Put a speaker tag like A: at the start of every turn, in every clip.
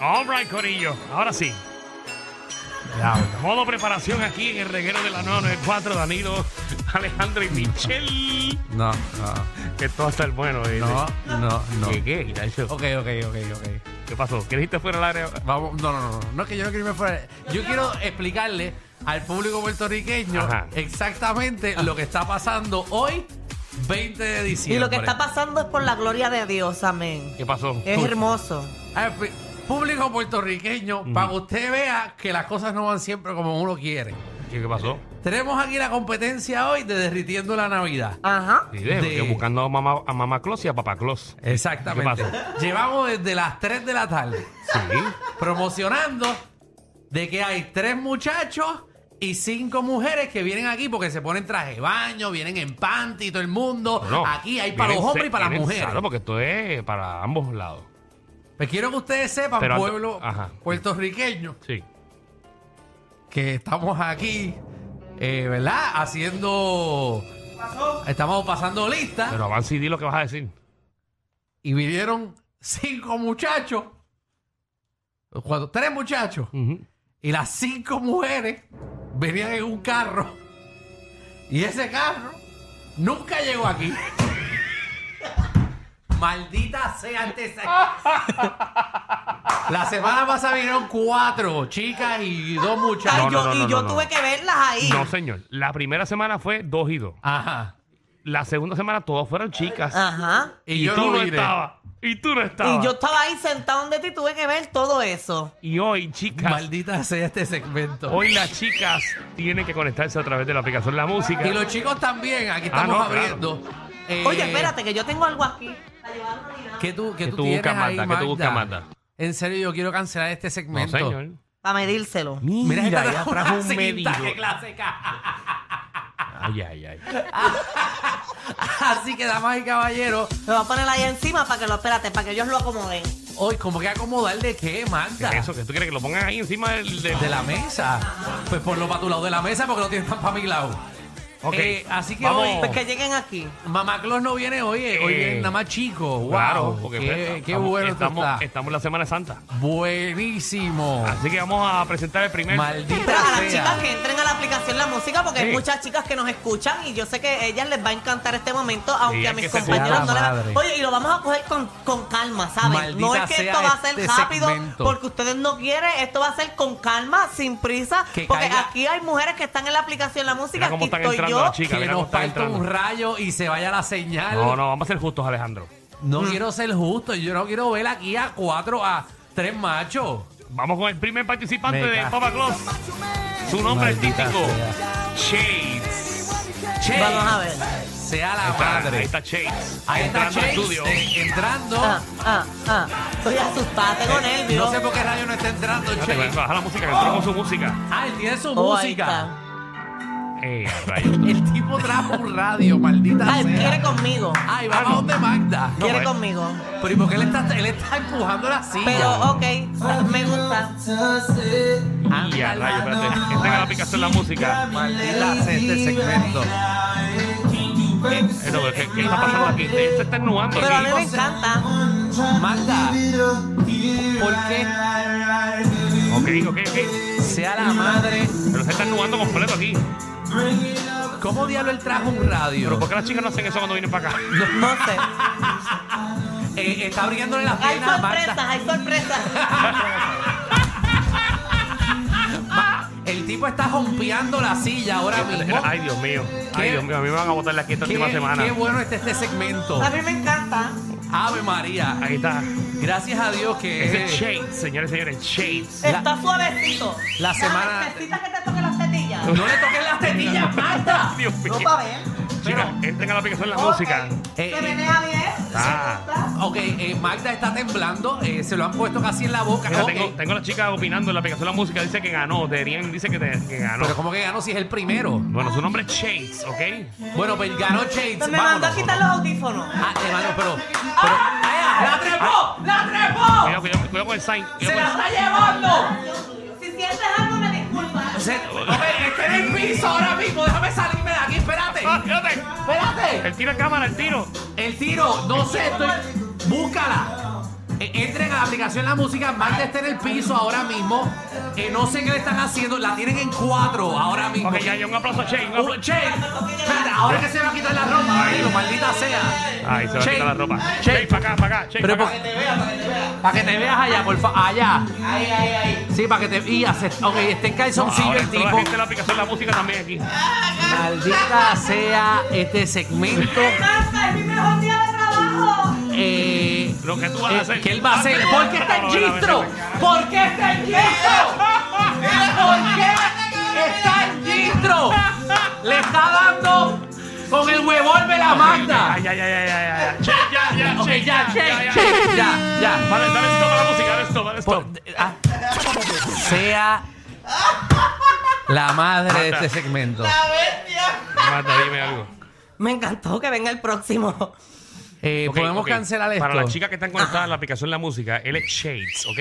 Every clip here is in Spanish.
A: All right, Corillo. Ahora sí.
B: Diablo.
A: Modo preparación aquí en el reguero de la 994, Danilo, Alejandro y Michelle.
B: No, no,
A: Que todo está el bueno. ¿eh?
B: no, no, no.
A: ¿Qué, qué, Ignacio?
B: Ok, ok, ok, ok.
A: ¿Qué pasó? ¿Quieres irte fuera del área?
B: Vamos, no, no, no, no, no, es que yo no quiero irme fuera. Yo quiero explicarle al público puertorriqueño
A: Ajá.
B: exactamente lo que está pasando hoy, 20 de diciembre.
C: Y lo que está pasando es por la gloria de Dios, amén.
A: ¿Qué pasó?
C: Es hermoso.
B: Al pu- Público puertorriqueño, para que usted vea que las cosas no van siempre como uno quiere.
A: ¿Qué, qué pasó?
B: Tenemos aquí la competencia hoy de derritiendo la Navidad.
C: Ajá.
A: Sí, de-
B: De-
A: buscando a mamá, a mamá Claus y a papá Claus.
B: Exactamente.
A: ¿Qué pasó?
B: Llevamos desde las 3 de la tarde.
A: Sí.
B: promocionando de que hay tres muchachos y cinco mujeres que vienen aquí porque se ponen traje de baño, vienen en panty, todo el mundo.
A: No,
B: aquí hay para
A: vienen
B: los hombres
A: se-
B: y para las
A: vienen
B: mujeres.
A: Claro, porque esto es para ambos lados.
B: Pues quiero que ustedes sepan,
A: Pero ando-
B: pueblo
A: ajá.
B: puertorriqueño,
A: Sí.
B: que estamos aquí, eh, ¿verdad? Haciendo... Estamos pasando lista
A: Pero avanza y di lo que vas a decir.
B: y vinieron cinco muchachos. Cuatro, tres muchachos.
A: Ujú.
B: y las cinco mujeres venían en un carro y ese carro nunca llegó aquí. Maldita sea antes. La semana pasada vinieron cuatro chicas y dos
C: Ay,
B: muchachos.
A: No, no, no,
C: yo- y
A: no,
C: yo
A: no,
C: tuve
A: no.
C: que verlas ahí.
A: No, señor. La primera semana fue dos y dos.
B: Ajá.
A: La segunda semana todas fueron chicas.
C: Ajá.
B: Y, yo
A: tú
B: no
A: no
B: vine.
A: estabas. Y tú no estabas.
C: Y yo estaba ahí sentado donde ti tuve que ver todo eso.
A: Y hoy, chicas,
B: Maldita sea este segmento.
A: hoy las chicas tienen que conectarse a través de la aplicación La Música.
B: Y los chicos también, aquí
A: Ah,
B: estamos
A: no, claro.
B: abriendo. Eh,
C: Oye, espérate, que yo tengo algo aquí.
B: ¿Qué tú, qué
A: ¿Qué
B: tú,
A: tú
B: tienes
A: buscas,
B: ahí,
A: Magda? ¿Qué tú buscas,
B: Magda?
A: Magda?
B: En serio, yo quiero cancelar este
A: no,
B: segmento.
A: señor.
C: Para medírselo.
B: Mira,
A: Mira,
B: ella
A: ella trajo un
B: medidor.
A: medidor.
B: clásica.
A: Ay, ay, ay.
B: Así que, damas y caballeros,
C: Me voy a poner ahí encima para que lo, espérate, para que ellos lo acomoden.
B: hoy como que acomodar de qué, Magda.
A: ¿Eso que tú quieres que lo pongan ahí encima del... del-
B: De la mesa. Pues ponlo para tu lado de la mesa porque no tienes tan para mi lado.
A: Ok.
B: Eh, así que
A: Vamos.
B: hoy,
C: Pues que lleguen aquí.
B: Mamá Claus no viene hoy, eh, hoy
A: Eh,
B: viene nada más chico. Wow,
A: Claro, porque pues,
B: qué,
A: estamos-
B: qué bueno esto
A: estamos,
B: está.
A: estamos en la Semana Santa.
B: Buenísimo.
A: Así que vamos a presentar el primer.
B: Maldita
C: Pero a las chicas
B: sea.
C: que entren a la aplicación La Música, porque
A: Sí.
C: hay muchas chicas que nos escuchan y yo sé que a ellas les va a encantar este momento, aunque
A: Sí,
C: a
A: es
C: mis
A: que se
C: compañeros
B: sea
C: no les va
B: la madre.
C: Oye, y lo vamos a coger con, con calma, ¿sabes?
B: Maldita
C: no es que esto
B: sea
C: va a ser
B: este
C: rápido
B: segmento.
C: porque ustedes no quieren, esto va a ser con calma, sin prisa,
B: Que
C: porque
B: caiga-
C: aquí hay mujeres que están en la aplicación La Música,
A: Mira cómo
C: aquí
A: están
C: estoy
A: entrando
C: yo.
A: las chicas.
B: que
A: mira cómo
B: nos
A: están
B: falta un
A: entrando.
B: rayo y se vaya la señal.
A: No, no, vamos a ser justos, Alejandro.
B: No
C: Mm.
B: quiero ser justo, yo no quiero ver aquí a cuatro, a tres machos.
A: Vamos con el primer participante
B: Me
A: de
B: cago.
A: Papa Claus. Su nombre
B: Maldita
A: artístico,
B: sea.
A: Shades.
B: Chase,
C: Vamos a ver.
B: Sea la
A: Ah,
B: madre.
A: Ahí está Shades.
B: Ahí está
A: entrando al
B: Chase,
A: estudio.
B: eh, entrando.
C: Ah, ah, ah. Estoy asustada, tengo
B: Eh,
C: nervios.
B: No sé por qué rayo no está entrando
A: Espérate,
B: Chase.
A: Baja la música, que entró con su música.
B: Ah, él tiene su
C: Oh, ahí
B: música.
A: Eh, a rayos.
B: El tipo trajo un radio, maldita
C: está. Ay,
B: sea.
C: Ah, quiere Ah, conmigo.
B: Ay, vamos a donde Magda.
A: No,
C: quiere
A: eh.
C: conmigo.
B: Pero ¿y por qué él está, él está empujando la silla?
C: Pero, oh, ok, me gusta.
A: Y a rayos, espérate. Entren a la aplicación la música.
B: Maldita sea este segmento.
A: Eh, no, ¿qué, qué está pasando aquí? Eh, Se está ennuando
C: Pero a mí
A: aquí.
C: me encanta.
B: Magda, ¿por qué
A: Ok, ok, ok.
B: sea la madre?
A: Pero se está ennuando completo aquí.
B: ¿Cómo diablo él trajo un radio?
A: Pero ¿por qué las chicas no hacen eso cuando vienen para acá?
C: No sé.
B: Eh, está abriéndole las
C: Hay
B: piernas a Magda.
C: sorpresas, hay sorpresas.
B: Ma- El tipo está jompeando la silla ahora mismo.
A: Ay, Dios mío. Ay,
B: ¿Qué?
A: Dios mío. A mí me van a botar de aquí esta última
B: Qué,
A: semana.
B: qué bueno está este segmento.
C: A mí me encanta.
B: Ave María.
A: Ahí está.
B: Gracias a Dios que
A: Ese es Shades, señores y señores. Shades.
C: Está suavecito.
B: la semana-
C: Necesitas que te toque las tetillas.
B: No le toques las tetillas, Marta.
A: Dios mío.
C: No, pa' ver.
A: Chicas, entren a la aplicación de la música.
C: Se
B: Eh,
C: menea bien.
A: Ah.
C: Se gusta.
B: Ok, eh, Magda está temblando, eh, se lo han puesto casi en la boca.
A: Mira,
B: Ok.
A: tengo, tengo a la chica opinando en la aplicación de la música. Dice que ganó. Deberían, dice que, te- que ganó.
B: Pero ¿cómo que ganó si es el primero?
A: Bueno, su nombre es Shades, ¿ok?
B: Bueno, pues ganó Shades.
C: Pues me mandó a
B: vámonos.
C: quitar los audífonos.
B: Ah, hermano, pero... pero
C: ¡Ah!
B: ¡La trepó! ¡La
A: Cuidado, cuidado, cuidado con el sign.
B: trepó! ¡Se
A: Cuidado
B: la
A: con el-
B: está llevando!
C: Si sientes algo, me disculpas.
B: Se... Ok, está en este el piso ahora mismo. Déjame salirme de aquí. Espérate.
A: ¡Ah, fíjate!
B: Espérate.
A: El tiro de cámara, el tiro.
B: El tiro, no sé, estoy... Búscala. Eh, Entren a la aplicación La Música. Magda está en el piso ahora mismo. Eh, no sé qué le están haciendo. La tienen en cuatro ahora mismo.
A: Ok, ya, ya, un aplauso a Shades. un
B: Uh,
A: aplauso.
B: Che, espérate, ahora que se va a quitar la ropa, marido, maldita sea.
A: Ay, se va a
B: Shades.
A: quitar la ropa.
B: Shades.
A: Shades, para acá, para acá. Shades,
B: Pero
A: para
B: para
A: acá.
B: que te veas, para que te veas allá, por favor, allá. Ahí, ahí, ahí. Sí, para que te veas. Ok, está en calzoncillo
A: Ahora
B: el
A: toda la
B: tipo.
A: gente de la aplicación de la música también aquí.
B: Maldita sea este segmento.
C: ¡Basta! ¡Es mi mejor día de trabajo!
B: Eh,
A: Lo que tú vas a
B: eh,
A: hacer.
B: ¿Qué él va a hacer?
A: Ah,
B: ¿Por qué está en
A: no, no, no, no,
B: gistro?
A: no, no,
B: ¿Por qué está en gistro? ¿Por qué está en gistro? Le está dando con el huevón de la manda.
A: Ay, ay, ay, ay, ay, ay. Shades, ya, ya,
B: Ok,
A: Shades,
B: ya,
A: ya,
B: Shake,
A: ya.
B: Shake, ya, ya.
A: Vale, dale stop a la música, dale stop, dale
B: Por-
A: stop.
B: ah, sea la madre de este segmento.
A: Marta, dime algo.
C: Me encantó que venga el próximo.
B: Eh,
A: Ok,
B: ¿Podemos
A: ok.
B: cancelar esto?
A: Para las chicas que están conectadas en la aplicación de la música, él es Shades, ¿ok?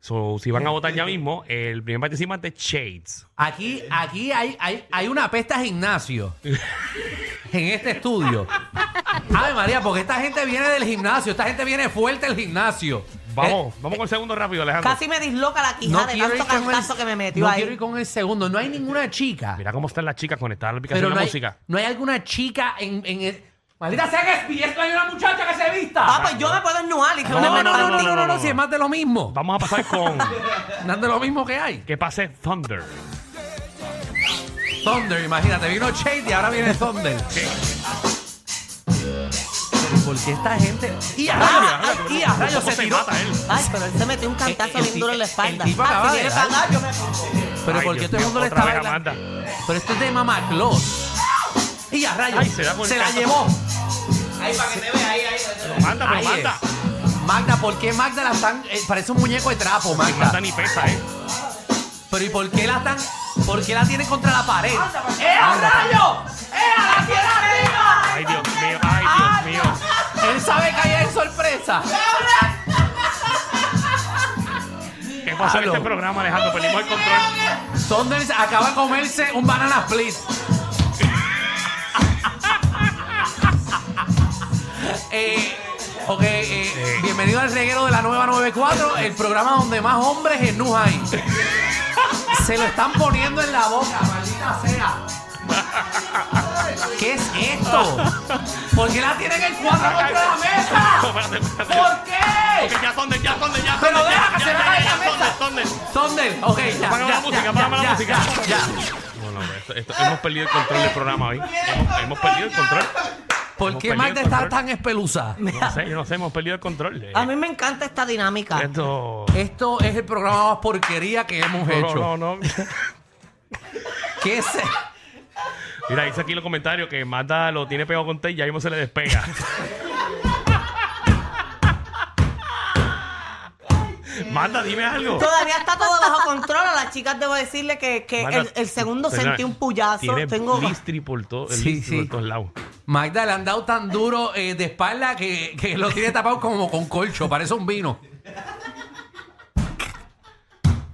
A: So, si van a votar ya mismo, el primer participante es Shades.
B: Aquí, aquí hay, hay, hay una pesta gimnasio en este estudio. Ay, María, porque esta gente viene del gimnasio. Esta gente viene fuerte del gimnasio. Eh,
A: Vamos, vamos con el segundo rápido, Alejandro.
C: Casi me disloca la
B: no
C: quijada de
B: quiero, ir
C: tanto
B: con el,
C: cantazo que me metió
B: no
C: ahí.
B: quiero ir con el segundo. No hay ninguna chica.
A: Mira cómo están las chicas conectadas a la aplicación
B: Pero
A: de
B: no
A: la
B: hay,
A: música.
B: no hay alguna chica en... en el- Maldita sea que es fiesta, hay una muchacha que se vista.
C: Ah, pues yo me puedo esnuar y tú
B: No, no, no, no, no, no, no,
A: no.
B: si es más de lo mismo.
A: Vamos a pasar con
B: Más de lo mismo que hay.
A: que pase Thunder.
B: Thunder, imagínate, vino Shade y ahora viene Thunder. Porque esta gente. ¡Y a rayos! ¡Ay, y a rayos!
A: ¿Cómo
B: Se
A: se
B: tiró.
A: mata él?
C: Ay, pero él se metió un
B: El-
C: cantazo
B: el
C: bien
B: ti-
C: duro en la
B: Eh, el
C: espalda.
B: tipo
C: Ah,
B: acaba
C: si
B: de
C: viene
B: dar.
C: para acá, yo me...
B: Pero
A: Ay,
B: porque
A: Dios
B: todo el
A: mío,
B: mundo le
A: otra
B: está
A: vez
B: bailando.
A: Amanda.
B: Pero esto es de Mamá Claus. ¡Y a rayos!
A: Ay, se da con el
B: la
A: canto.
B: llevó.
A: Manda, pero
B: Ahí
A: manda.
B: es. Magda, ¿por qué Magda la están.? eh, parece un muñeco de trapo,
A: Manda
B: Magda.
A: ni pesa, ¿eh?
B: Pero ¿y por qué la están.? ¿Por qué la tienen contra la pared? ¡Eh, a rayos! ¡Eh, la tiene arriba!
A: Ay, Dios mío,
B: Ah,
A: ay, Dios mío.
B: Él sabe que hay sorpresa.
A: ¿Qué pasó en
B: Pablo.
A: este programa, Alejandro? Perdimos el control.
B: Thunder acaba de comerse un banana split. Eh, ok, eh, bienvenido al reguero de la nueva 94, el programa donde más hombres en hay. Se lo están poniendo en la boca, maldita sea. ¿Qué es esto? ¿Por qué la tienen el cuadro contra la mesa?
A: Espérate, espérate.
B: ¿Por qué?
A: Ok, ya Thunder, ya Thunder, ya
B: Pero
A: Thunder, ya,
B: deja que
A: ya,
B: se
A: ya,
B: vaya
A: ya,
B: la
A: Thunder,
B: mesa.
A: Thunder.
B: Thunder, ok, ya.
A: Apágame
B: ya,
A: la música,
B: ya,
A: apágame la
B: ya,
A: música.
B: ya, ya.
A: No, no, esto- esto- hemos perdido el control del programa hoy. Hemos, hemos perdido el control.
B: ¿Por
A: Hemos
B: qué
A: perdido
B: Magda
A: el
B: está
A: control.
B: tan espeluza?
A: Yo No sé, yo no sé, hemos perdido el control. eh.
B: Ah,
C: A mí me encanta esta dinámica.
A: Esto.
B: Esto es el programa más porquería que hemos hecho.
A: No, no, no.
B: ¿Qué es?
A: Mira, dice aquí en los comentarios que Mata lo tiene pegado con Tay y ya mismo se le despega. Mata, dime algo.
C: Todavía está todo bajo control. A las chicas debo decirle que, que
A: Mata,
C: el, el segundo
A: señora,
C: sentí un puyazo.
A: Tiene
C: Tengo...
A: listri por, todo,
B: Sí,
A: listri
B: sí.
A: por todos lados.
B: Magda le han dado tan duro eh, de espalda que, que lo tiene tapado como con colcho, parece un vino.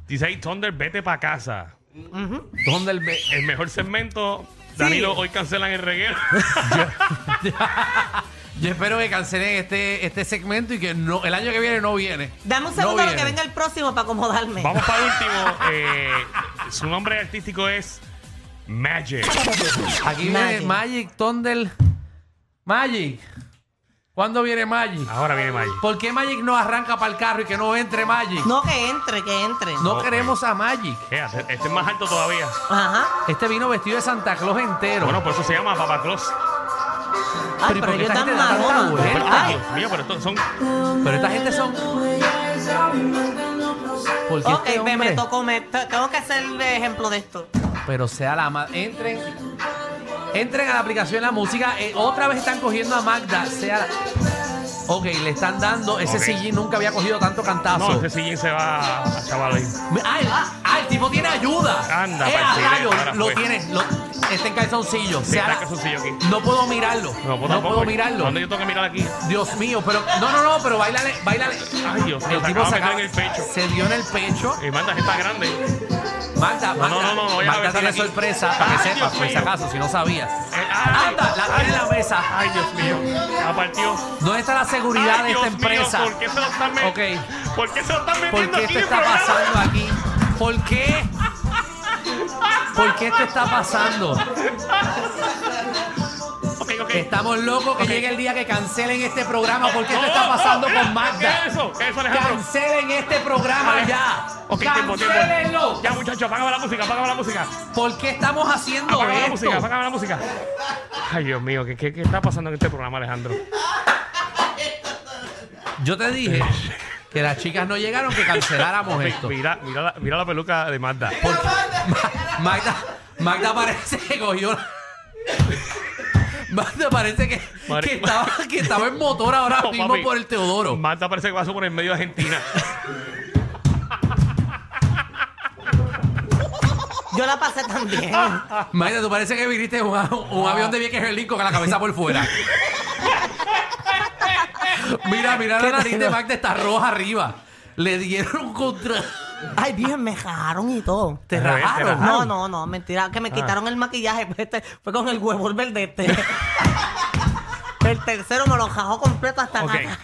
A: Dice ahí, Thunder, vete para casa.
B: ¿Dónde el ve-
A: El mejor segmento. Danilo, hoy cancelan el reguero.
B: Yo espero que cancelen este, este segmento y que no, el año que viene no viene.
C: Dame un
B: No
C: segundo a lo
B: viene.
C: que venga el próximo para acomodarme.
A: Vamos para último. eh, su nombre artístico es Magic.
B: Aquí viene
C: Magic.
B: Magic, Thunder. Magic. ¿Cuándo viene Magic?
A: Ahora viene Magic.
B: ¿Por qué Magic no arranca para el carro y que no entre Magic?
C: No, que entre, que entre.
B: No
A: Ok.
B: queremos a Magic.
A: Eh, Este es más alto todavía.
C: Ajá.
B: Este vino vestido de Santa Claus entero.
A: Bueno, por eso se llama Papa Claus.
C: Ay,
B: ¿y por
C: pero
B: qué
C: ellos
B: esta
C: dan
B: gente da tanta
C: marrón.
B: vuelta?
A: Pero,
C: Ay.
A: Dios mío, pero estos son.
B: Pero esta gente son. ¿Por qué
C: Ok,
B: este
C: me, me
B: hombre?
C: tocó, me- te- tengo que hacer ejemplo de esto.
B: Pero sea la madre. Entren. Entren a la aplicación La Música. Eh, otra vez están cogiendo a Magda. Sea... Ok, le están dando. Ese
A: Ok.
B: CG nunca había cogido tanto cantazo.
A: No, ese sillín este se va a chaval ahí.
B: Ah, el, ah, el tipo tiene ayuda.
A: Anda,
B: eh,
A: pa'l
B: a
A: chile,
B: rayos,
A: ahora
B: lo
A: fue.
B: tiene. Lo, está en calzoncillo.
A: Sí,
B: Seara,
A: está calzoncillo aquí.
B: No puedo mirarlo. No,
A: pues tampoco.
B: puedo mirarlo.
A: ¿Dónde yo tengo que mirar aquí?
B: Dios mío, pero. No, no, no, pero bailale, bailale.
A: Ay, Dios mío, se acaba de meter en el pecho.
B: Se dio en el pecho.
A: Eh, manda, que está grande. Eh,
B: Magda,
A: No, no, no,
B: Magda,
A: no, no voy a
B: Magda
A: meter
B: tiene
A: aquí.
B: sorpresa
A: Ay,
B: para que
A: Dios
B: sepas, por si
A: mío.
B: acaso, si no sabías.
A: Eh, ay.
B: Anda, la tiene en la mesa.
A: Ay, Dios mío. La partió.
B: ¿Dónde está la seguridad
A: Ay,
B: de esta
A: Dios mío,
B: empresa?
A: ¿Por qué se lo están metiendo?
B: Ok.
A: ¿Por qué se lo están metiendo
B: ¿Por
A: aquí
B: qué esto
A: en el
B: está
A: programa?
B: pasando aquí? ¿Por qué? ¿Por qué esto está pasando?
A: Ok, ok.
B: Estamos locos que
A: Ok.
B: llegue el día que cancelen este programa. ¿Por qué esto está pasando
A: Oh, oh,
B: con
A: eh,
B: Magda?
A: ¿Qué es eso? ¿Qué es eso, Alejandro?
B: Cancelen este programa
A: Ale-
B: ya.
A: Ok, tiempo, tiempo.
B: Cancelenlo.
A: Ya, muchachos, apágame la música, apágame la música.
B: ¿Por qué estamos haciendo
A: Apágame la música,
B: esto?
A: apágame la música. Ay, Dios mío, ¿qué, qué, qué está pasando en este programa, Alejandro?
B: Yo te dije que las chicas no llegaron que canceláramos esto.
A: Pues Mira, mira, la, mira la peluca de Magda.
B: Magda, Magda parece que cogió. la- Magda parece que,
A: Mari-
B: que, estaba, que estaba en motor ahora
A: No,
B: mismo
A: papi.
B: por el Teodoro.
A: Magda parece que pasó por el medio de Argentina.
C: Yo la pasé también.
B: Magda, tú parece que viniste en un, un
A: Ah.
B: avión de Vieques Berlín con la cabeza por fuera. mira, mira la
C: ¿Qué
B: nariz
C: te
B: de
C: digo?
B: Magda, está roja arriba. Le dieron un contra.
C: Ay, bien, me rajaron y todo.
B: Te
A: Al revés, te
B: rajaron.
C: Ah, No, no, no, mentira.
B: Ah.
C: Que me quitaron el maquillaje. pues, este fue con el huevo el verdete. el tercero me lo rajó completo hasta
A: Ok.
C: acá.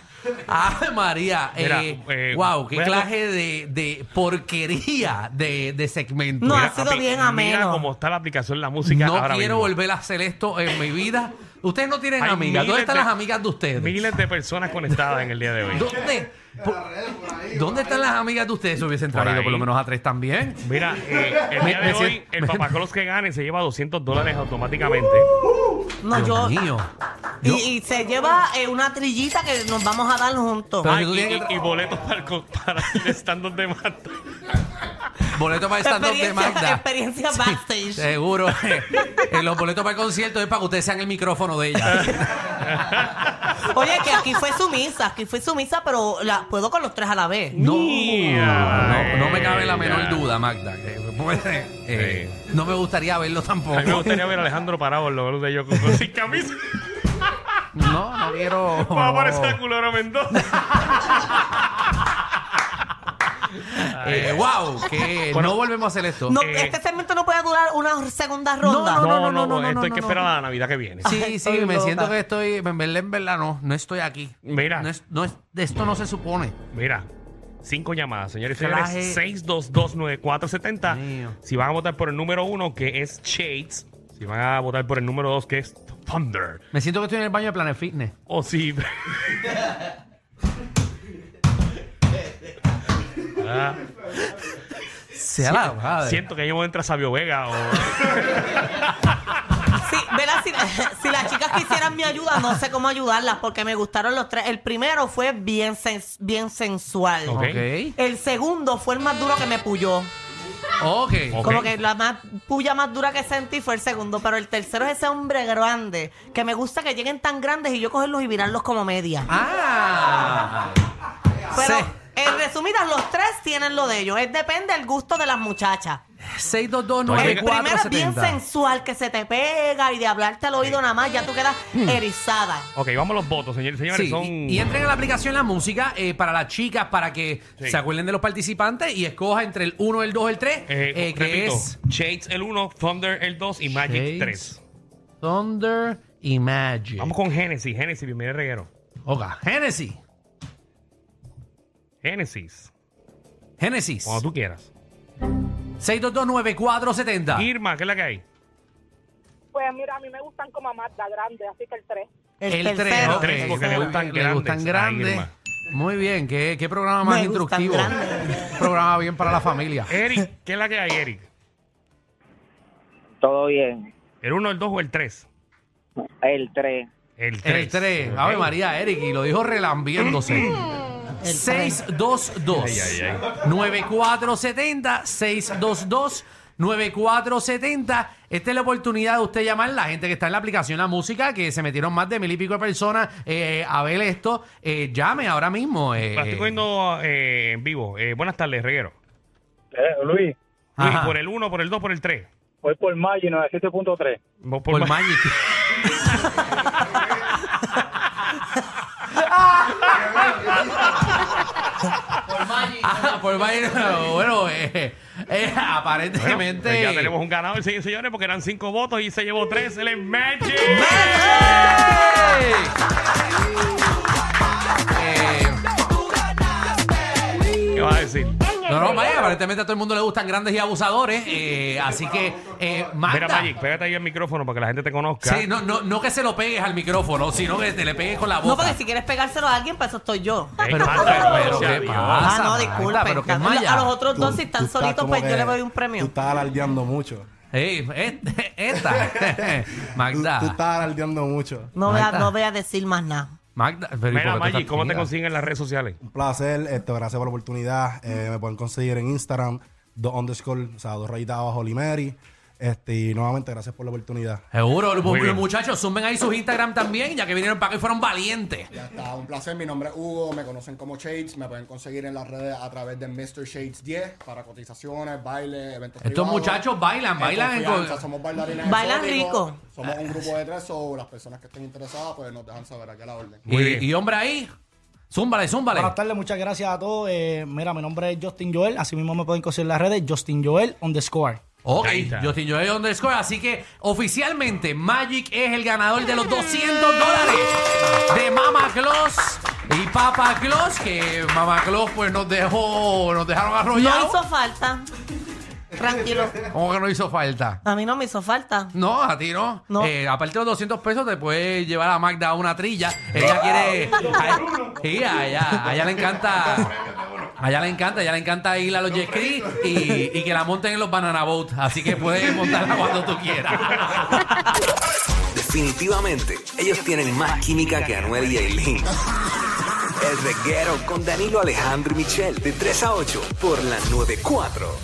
B: Ay, María.
A: Mira,
B: eh,
A: eh,
B: wow, qué
A: voy a-
B: clase de, de porquería de, de segmento.
C: No,
A: Mira,
C: ha sido
A: papi,
C: bien
A: Mira
C: ameno.
A: cómo está la aplicación, la música
B: No
A: ahora
B: quiero
A: mismo.
B: volver a hacer esto en mi vida. Ustedes no tienen
A: Hay
B: amigas. ¿Dónde
A: miles
B: están
A: de-
B: las amigas de ustedes?
A: Miles de personas conectadas en el día de hoy.
B: ¿Dónde? Por- ¿Dónde están las amigas de ustedes? Se hubiesen
A: Por
B: traído
A: ahí.
B: por lo menos a tres también.
A: Mira, eh, el
B: Me-
A: día
B: me
A: de hoy,
B: siento-
A: el
B: me-
A: papá Claus que gane se lleva 200 dólares automáticamente.
C: No, yo.
B: Dios mío.
C: Y,
B: Yo-
C: y se lleva eh, una trillita que nos vamos a dar juntos.
B: Pero
A: Ah,
B: que tú
A: y,
B: tienes que
A: y- y boletos para el, co- para el stand-up de Marta.
B: boleto para stand-up de
C: Experiencia-
B: Magda.
C: experiencia
B: Sí,
C: backstage.
B: seguro. Eh, los boletos para el concierto es para que ustedes sean el micrófono de ella.
C: Oye, que aquí fue sumisa, aquí fue sumisa, pero la puedo con los tres a la vez.
B: No,
A: Mira,
B: no,
A: Eh,
B: no me cabe la menor
A: ella.
B: duda, Magda. que puede, eh, No me gustaría verlo tampoco.
A: A mí me gustaría ver a Alejandro parado en los de yo con- sin camisa.
B: No, no quiero.
A: Va a aparecer el culero Mendoza.
B: Eh, wow, que
A: Bueno.
B: no volvemos a hacer esto.
C: No,
A: Eh.
C: este segmento no puede durar una segunda ronda.
B: No, no, no, no,
A: esto
B: no,
A: hay
B: no,
A: que
B: no.
A: esperar a la Navidad que viene.
B: Sí,
C: Ay,
B: sí,
C: estoy
B: me
C: loca.
B: siento que estoy, en verdad, en verdad no, no estoy aquí.
A: Mira.
B: No es- no es- de esto no se supone.
A: Mira, cinco llamadas, señores y
B: Relaje.
A: señores. 6229470.
B: Mío.
A: Si van a votar por el número uno, que es Shades. Si van a votar por el número dos, que es Thunder.
B: Me siento que estoy en el baño de Planet Fitness.
A: O si. Ah,
B: Sea la madre.
A: siento que ahí me entra Sabio Vega o.
C: Sí, verás, si, si las chicas quisieran mi ayuda, no sé cómo ayudarlas porque me gustaron los tres. El primero fue bien, sens- bien sensual.
A: Ok.
C: El segundo fue el más duro que me puyó.
B: Ok.
A: Ok.
C: Como que la más puya más dura que sentí fue el segundo. Pero el tercero es ese hombre grande. Que me gusta que lleguen tan grandes y yo cogerlos y virarlos como media.
B: Ah.
C: Pero
B: Sí.
C: en resumidas, los tres tienen lo de ellos. Es depende del gusto de las muchachas. El primero es bien
B: 6229470.
C: sensual, que se te pega y de hablarte al oído nada más, ya tú quedas
A: Hmm.
C: erizada.
A: Ok, vamos a los votos, señores y señores.
B: Sí,
A: son...
B: y, y entren a la aplicación la música eh, para las chicas, para que
A: Sí.
B: se acuerden de los participantes y escoja entre el 1, el 2, el 3,
A: Eh,
B: que
A: repito,
B: es
A: Shades el 1, Thunder el 2 y Magic
B: Shades.
A: 3.
B: Thunder y Magic.
A: Vamos con Genesis, Genesis, bienvenido al reguero.
B: Ok, Genesis.
A: Genesis,
B: Genesis.
A: cuando tú quieras.
B: 6229470.
A: Irma, ¿qué es la que hay?
D: Pues mira, a mí me gustan como a Magda grande, así que el 3.
C: El,
B: tres,
C: tercero.
B: ok.
A: El tres, porque le gustan
B: Le gustan
A: grandes.
B: grandes.
A: Ah, Irma.
B: Muy bien, qué, qué programa más
C: Me gustan
B: instructivo.
C: grandes.
B: programa bien para la familia.
A: Eric, ¿qué es la que hay, Eric?
E: Todo bien.
A: ¿El 1, el 2 o el 3?
E: El 3.
A: El 3.
B: El 3. Ave María, Eric, y lo dijo relambiéndose.
C: tres.
B: 622
A: Ay, ay, ay.
B: 9470 622 9470. Esta es la oportunidad de usted llamar la gente que está en la aplicación La Música, que se metieron más de mil y pico de personas eh, a ver esto. Eh, llame ahora mismo. eh.
A: La estoy cogiendo eh, en vivo. Eh, buenas tardes, Reguero.
F: Eh, Luis,
A: Luis,
B: Ajá.
A: por el 1, por el 2, por el 3.
F: voy por Maggi 97.3.
A: Vos
B: por,
A: ma-
B: Magic. Ah, por Magic. Bueno, eh, eh,
A: Bueno,
B: aparentemente.
A: eh, ya tenemos un ganador, sí, señores, porque eran 5 votos y se llevó 3. Él es Magic.
B: ¡Ey! Eh,
A: ¿Qué vas a decir?
B: No, no, vaya, aparentemente a todo el mundo le gustan grandes y abusadores, eh, así que eh,
A: Mira,
B: Magda.
A: Magic, pégate ahí el micrófono para que la gente te conozca.
B: Sí, no, no, no que se lo pegues al micrófono, sino que te le pegues con la boca.
C: No, porque si quieres pegárselo a alguien, para eso estoy yo.
A: Ey,
B: Pero,
A: Magda,
B: pero, pero,
A: gracias a
B: ¿qué
A: Dios.
B: pasa?
C: Ah, no,
B: Magda?
C: disculpe.
B: Pero que
C: A-
B: es Maya.
C: A los otros dos,
G: Tú-
C: si están
G: tú estás
C: solitos,
G: como
C: pues yo
G: que-
C: le doy un
G: Tú
C: premio.
G: estás alardeando mucho.
B: Ey, este- esta. Magda.
G: Tú, tú estás alardeando mucho.
C: No voy, a,
B: Magda.
C: no voy a decir más nada.
B: Magda. pero ¿y por qué
A: Mira,
B: tú
A: Magic,
B: estás
A: ¿cómo te
B: tímida?
A: consiguen en las redes sociales?
G: Un placer. Este, gracias por la oportunidad. Eh, me pueden conseguir en Instagram, dos underscore, o sea, dos rayitas abajo, Limeri. Este, y nuevamente, gracias por la oportunidad.
B: Seguro, los,
A: Muy
B: los
A: bien.
B: muchachos, sumen ahí sus Instagram también, ya que vinieron para acá y fueron valientes.
H: Ya está, un placer. Mi nombre es Hugo, me conocen como Shades, me pueden conseguir en las redes a través de Mr. Shades 10 para cotizaciones, baile, eventos
B: Estos muchachos bailan,
H: En
B: bailan en
H: confianza,
B: co-
H: somos bailarines
C: Bailan
H: exóticos.
C: rico.
H: Somos un grupo de tres o las personas que estén interesadas pues nos dejan saber aquí a la orden.
A: Muy bien.
B: Y, y hombre ahí, zúmbale, zúmbale.
I: Buenas tardes, muchas gracias a todos. Eh, mira, mi nombre es Justin Joel. Así mismo me pueden conseguir en las redes Justin Joel on the score.
B: Ok,
A: Ahí está.
B: Justin Joel underscore. Así que oficialmente Magic es el ganador de los 200 dólares de Mama Claus y Papa Claus, que Mama Claus pues nos dejó, nos dejaron
C: No
B: arrollados.
C: hizo falta. Tranquilo.
B: ¿Cómo que no hizo falta?
C: A mí no me hizo falta.
B: No, a ti no.
C: No.
B: Eh, aparte de los 200 pesos, te puede llevar a Magda a una trilla. Ella quiere. Sí, a ella, a ella le encanta. A ella le encanta, a ella le encanta ir a los jet skis y, y que la monten en los banana boats. Así que puedes montarla cuando tú quieras.
J: Definitivamente, ellos tienen más química que Anuel y Aileen. El reguero con Danilo Alejandro y Michel, de 3 a 8, por la 94. 4